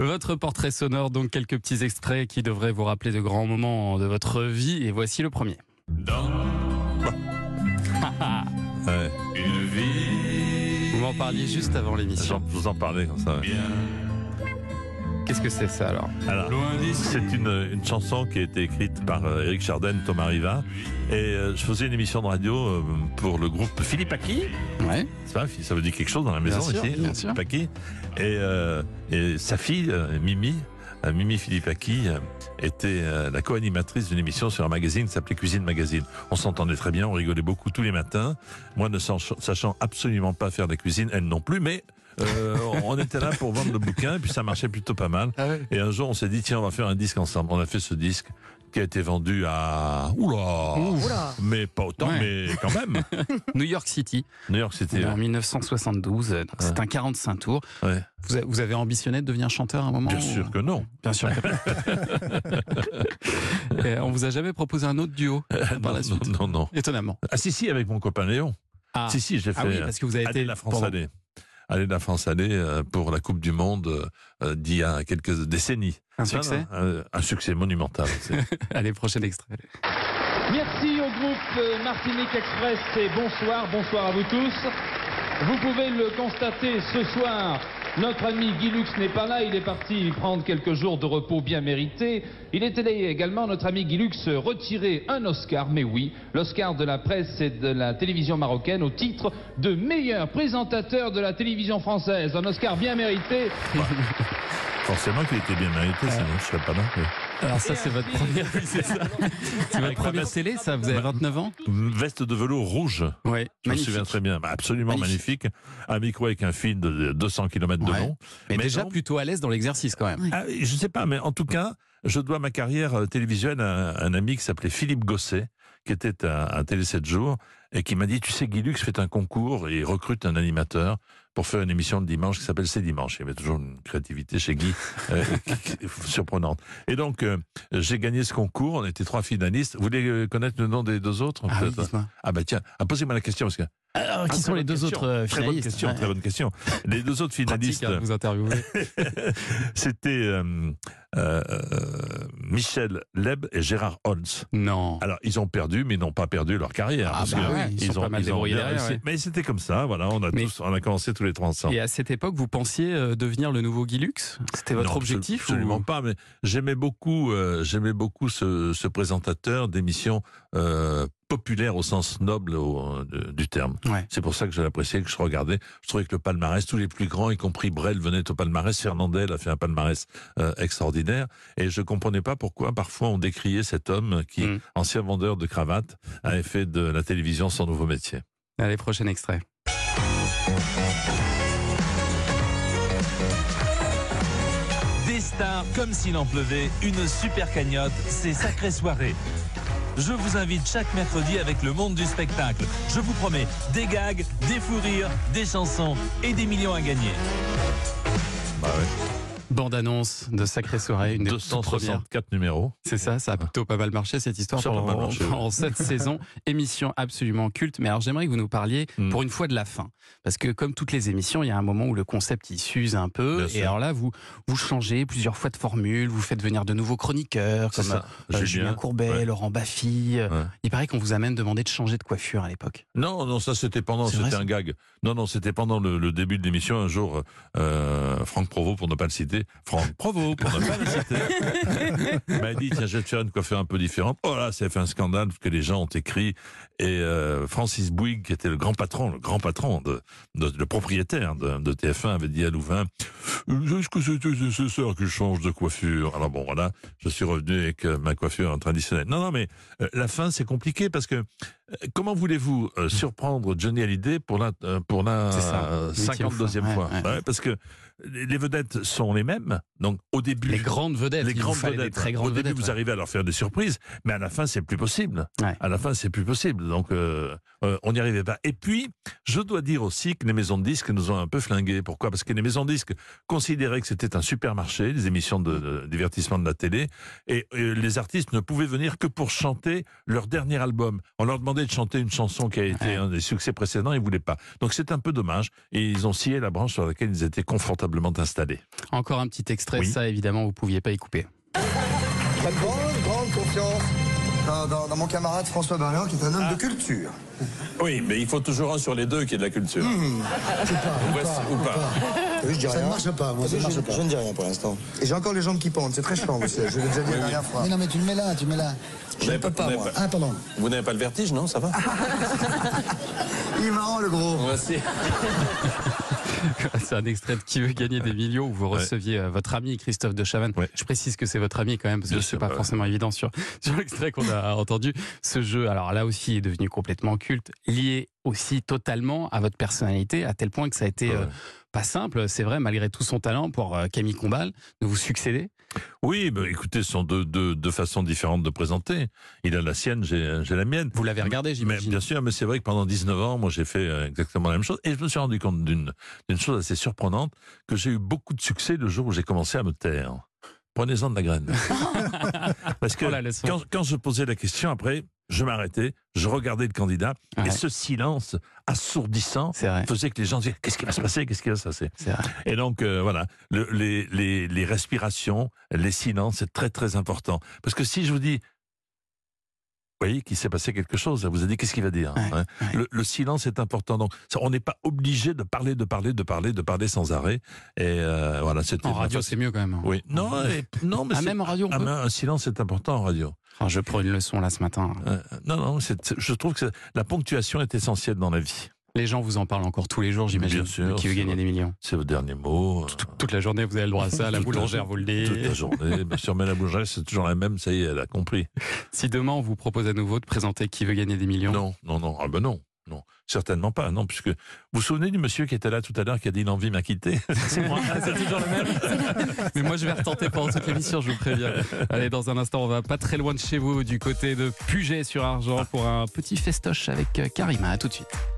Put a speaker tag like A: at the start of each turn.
A: Votre portrait sonore, donc quelques petits extraits qui devraient vous rappeler de grands moments de votre vie. Et voici le premier.
B: Ouais,
A: Vous m'en parliez juste avant l'émission.
B: j'en- je vous en parlais comme ça. ouais.
A: Qu'est-ce que c'est ça alors
B: Alors, c'est une, une chanson qui a été écrite par euh, Eric Chardin, Thomas Riva. Et euh, je faisais une émission de radio euh, pour le groupe Philippe Aki.
A: Ouais.
B: C'est pas, ça veut dire quelque chose dans la
A: Bien
B: maison
A: sûr,
B: ici,
A: bien sûr.
B: Philippe Aki. Et, euh, et sa fille, euh, Mimi, euh, Mimi Philippe Aki, euh, était euh, la co-animatrice d'une émission sur un magazine qui s'appelait Cuisine Magazine. On s'entendait très bien, on rigolait beaucoup tous les matins. Moi, ne sach- sachant absolument pas faire de la cuisine, elle non plus, mais euh, on était là pour vendre le bouquin, et puis ça marchait plutôt pas mal. Et un jour, on s'est dit, tiens, on va faire un disque ensemble. On a fait ce disque qui a été vendu à... Oula Mais pas autant,
A: Ouais.
B: mais quand même.
A: New York City,
B: New York, c'était...
A: en 1972. donc C'est un 45 tours.
B: Ouais.
A: Vous, a- vous avez ambitionné de devenir chanteur à un moment
B: Bien
A: ou-
B: sûr que non.
A: Bien sûr. Et on vous a jamais proposé un autre duo par la
B: non,
A: suite
B: non, non.
A: Étonnamment.
B: Ah si, si, avec mon copain Léon.
A: Ah,
B: Si, si, j'ai fait euh,
A: Ah oui, parce que vous avez
B: Aller
A: été
B: de la France
A: pendant-
B: Aller. Aller de la France Aller euh, pour la Coupe du Monde euh, euh, d'il y a quelques décennies.
A: un
B: Non,
A: succès.
B: non, euh, Un succès monumental. C'est-
A: Allez, prochain extrait.
C: Merci au groupe euh, Martinique Express et bonsoir, bonsoir à vous tous. Vous pouvez le constater ce soir, notre ami Guy Lux n'est pas là, il est parti prendre quelques jours de repos bien mérités. Il est allé également, notre ami Guy Lux, retirer un Oscar, mais oui, l'Oscar de la presse et de la télévision marocaine au titre de meilleur présentateur de la télévision française. Un Oscar bien mérité.
B: Forcément qu'il était bien mérité, sinon je serais pas là. mais-
A: Alors ça, c'est votre première, oui, c'est ça. C'est votre
B: Avec ma
A: première
B: veste-
A: télé, ça. Vous
B: Bah,
A: avez 29 ans
B: Veste de velours rouge,
A: Oui.
B: je me souviens très bien, Bah, absolument magnifique.
A: Magnifique.
B: Un micro avec un fil de 200 km de
A: Ouais.
B: long.
A: Mais,
B: Mais
A: déjà
B: non.
A: plutôt à l'aise dans l'exercice quand même.
B: Ah, je sais pas, mais en tout cas, je dois ma carrière euh, télévisuelle à un, un ami qui s'appelait Philippe Gosset, qui était à, à Télé 7 jours, et qui m'a dit, tu sais, Guy Lux fait un concours et recrute un animateur pour faire une émission de dimanche qui s'appelle C'est Dimanche. Il y avait toujours une créativité chez Guy euh, qui- qui- surprenante. Et donc, euh, j'ai gagné ce concours, on était trois finalistes. Vous voulez euh, connaître le nom des deux autres
A: Ah oui,
B: peut-être
A: dites-moi.
B: Ah bah tiens, ah, posez-moi la question, parce que...
A: Alors,
B: Ah,
A: qui
B: très
A: sont les
B: bonne
A: deux
B: question.
A: autres euh,
B: Très bonne
A: finalistes
B: question,
A: Ouais.
B: très bonne question. Les deux autres
A: Pratique
B: finalistes...
A: hein, de vous interviewer.
B: C'était euh, euh, euh, Michel Leb et Gérard Holtz.
A: non.
B: Alors, ils ont perdu, mais ils n'ont pas perdu leur carrière.
A: Ah bah
B: que
A: ouais, ils sont pas mal débrouillés
B: bien
A: derrière,
B: réussi.
A: ouais.
B: Mais c'était comme ça, voilà, on a,
A: Mais-
B: tous, on a commencé tous les trois ensemble.
A: Et à cette époque, vous pensiez euh, devenir le nouveau Guy Lux C'était votre
B: Non, absolu-
A: objectif
B: Absolument
A: ou-
B: pas, mais j'aimais beaucoup, euh, j'aimais beaucoup ce, ce présentateur d'émissions euh, populaires au sens noble au- euh, du terme.
A: Ouais.
B: C'est pour ça que je l'appréciais, que je regardais. Je trouvais que le palmarès, tous les plus grands, y compris Brel, venaient au palmarès. Fernandel a fait un palmarès euh, extraordinaire. Et je comprenais pas pourquoi parfois on décriait cet homme qui,
A: Mm.
B: ancien vendeur de cravates, avait fait de la télévision son nouveau métier.
A: Allez, prochain extrait.
D: Des stars comme s'il en pleuvait, une super cagnotte, c'est sacrée soirée. Je vous invite chaque mercredi avec le monde du spectacle. Je vous promets des gags, des fous rires, des chansons et des millions à gagner.
B: Bah ouais.
A: Bande annonce de Sacrée Soirée, une des toutes premières.
B: 264 numéros.
A: C'est ça, ça a plutôt pas mal marché cette histoire
B: Ça a pas mal marché, ouais.
A: pendant cette saison. Émission absolument culte. Mais alors j'aimerais que vous nous parliez
B: Mm.
A: pour une fois de la fin. Parce que comme toutes les émissions, il y a un moment où le concept il s'use un peu.
B: Bien
A: et
B: sûr.
A: alors là, vous, vous changez plusieurs fois de formule, vous faites venir de nouveaux chroniqueurs
B: C'est
A: comme
B: ça.
A: euh, Julien Courbet,
B: ouais.
A: Laurent Baffy. euh,
B: Ouais.
A: Il paraît qu'on vous a même demandé de changer de coiffure à l'époque.
B: Non, non, ça c'était pendant,
A: C'est vrai,
B: c'était
A: ça
B: un gag. Non, non, c'était pendant le, le début de l'émission. Un jour, euh, Franck Provost, pour ne pas le citer, Franck Provost, pour ne pas le citer, m'a dit tiens, je vais te faire une coiffure un peu différente. Oh là, ça a fait un scandale parce que les gens ont écrit et euh, Francis Bouygues, qui était le grand patron, le grand patron de, de- le propriétaire de, de TF1, avait dit à Louvain euh, est-ce que c'était nécessaire que je change de coiffure Alors bon, voilà, je suis revenu avec euh, ma coiffure traditionnelle. Non, non, mais euh, la fin, c'est compliqué parce que euh, Comment voulez-vous euh, surprendre Johnny Hallyday pour la, euh, pour la
A: Mm. C'est ça,
B: euh,
A: huitième
B: 52e
A: fois,
B: fois,
A: ouais,
B: Ouais, Parce que les les vedettes sont les mêmes. Donc au début,
A: Les grandes vedettes.
B: les
A: il vous
B: grandes
A: fallait des
B: vedettes.
A: Très
B: ouais.
A: grandes
B: au début,
A: vedettes,
B: vous
A: ouais.
B: arrivez à leur faire des surprises, mais à la fin, c'est plus possible.
A: Ouais.
B: À la fin, c'est plus possible. Donc euh, euh, on n'y arrivait pas. Et puis, je dois dire aussi que les maisons de disques nous ont un peu flingués. Pourquoi Parce que les maisons de disques considéraient que c'était un supermarché, les émissions de, de divertissement de la télé, et euh, les artistes ne pouvaient venir que pour chanter leur dernier album. On leur demandait de chanter une chanson qui a été
A: Ouais.
B: un des succès précédents, ils voulaient pas. Donc c'est un peu dommage. Et ils ont scié la branche sur laquelle ils étaient confortablement installé.
A: Encore un petit extrait,
B: Oui.
A: ça évidemment vous pouviez pas y couper.
E: J'ai une grande, grande confiance dans, dans- dans mon camarade François Berléand, qui est un homme de culture.
D: Oui, mais il faut toujours un sur les deux qui est de la culture.
A: Mmh.
D: Ou pas, ou pas.
E: je
F: Ah. Ça ne marche pas, moi, ça ne marche pas.
E: Je ne dis rien pour l'instant. Et j'ai encore les jambes qui pendent, c'est très chiant, monsieur. Je l'ai déjà dit la dernière fois.
F: Mais non, mais tu le mets là, tu le mets là.
E: Je ne peux pas, moi.
F: Ah, pardon.
D: Vous n'avez pas le vertige, non Ça va
E: Il est marrant, le gros.
D: Merci.
A: C'est un extrait de Qui veut gagner des millions où vous receviez euh, votre ami Christophe de Chavannes.
B: Ouais.
A: Je précise que c'est votre ami quand même parce que
B: Bien
A: c'est
B: sûr,
A: pas
B: bah ouais.
A: forcément évident sur, sur l'extrait qu'on a entendu. Ce jeu, alors là aussi, est devenu complètement culte, lié aussi totalement à votre personnalité, à tel point que ça a été
B: Ouais.
A: euh, pas simple, c'est vrai, malgré tout son talent pour euh, Camille Combal, de vous succéder.
B: Oui, bah, écoutez, ce sont deux, deux, deux façons différentes de présenter. Il a la sienne, j'ai j'ai la mienne.
A: Vous l'avez regardé,
B: Mais,
A: j'imagine.
B: bien sûr, mais c'est vrai que pendant 19 ans, moi, j'ai fait euh, exactement la même chose. Et je me suis rendu compte d'une d'une chose assez surprenante, que j'ai eu beaucoup de succès le jour où j'ai commencé à me taire. Prenez-en de la graine. Parce que
A: Oh, la leçon.
B: quand, quand je posais la question, après, je m'arrêtais, je regardais le candidat,
A: Ouais.
B: et ce silence assourdissant
A: C'est vrai.
B: faisait que les gens disaient « Qu'est-ce qui va se passer Qu'est-ce qui va se passer ?»
A: C'est vrai.
B: Et donc, euh, voilà, le- les, les- les respirations, les silences, c'est très, très important. Parce que si je vous dis, vous voyez qu'il s'est passé quelque chose, là, vous avez dit, qu'est-ce qu'il va dire
A: Ouais,
B: hein
A: ouais.
B: le, le silence est important. Donc, ça, on n'est pas obligé de parler, de parler, de parler, de parler sans arrêt. Et euh, voilà, c'était.
A: En
B: ma
A: radio,
B: façon-
A: c'est mieux quand même. hein.
B: Oui. Non, et- non mais
A: Ah,
B: c'est-
A: même en radio, on
B: ah,
A: peut
B: mais un silence est important en radio.
A: Oh, Je prends une leçon là ce matin.
B: Euh, non, non, c'est- c'est- je trouve que c'est- la ponctuation est essentielle dans la vie.
A: Les gens vous en parlent encore tous les jours, j'imagine.
B: Bien sûr,
A: de Qui veut
B: c'est
A: gagner des
B: vrai.
A: millions
B: C'est le dernier mot. euh,
A: Toute la journée, vous avez le droit à ça. La
B: Toute
A: boulangère vous le
B: Toute la
A: dit.
B: journée, bien sûr, mais la boulangerie, c'est toujours la même, ça y est, elle a compris.
A: Si demain on vous propose à nouveau de présenter qui veut gagner des millions,
B: Non, non, non, ah ben non, non, certainement pas, non, puisque vous vous souvenez du monsieur qui était là tout à l'heure qui a dit l'envie m'a quitté C'est moi.
A: c'est toujours le même. Mais moi, je vais retenter pendant toute l'émission, je vous préviens. Allez, dans un instant, on va pas très loin de chez vous, du côté de Puget sur Argent, pour un petit festoche avec euh, Karima. À tout de suite.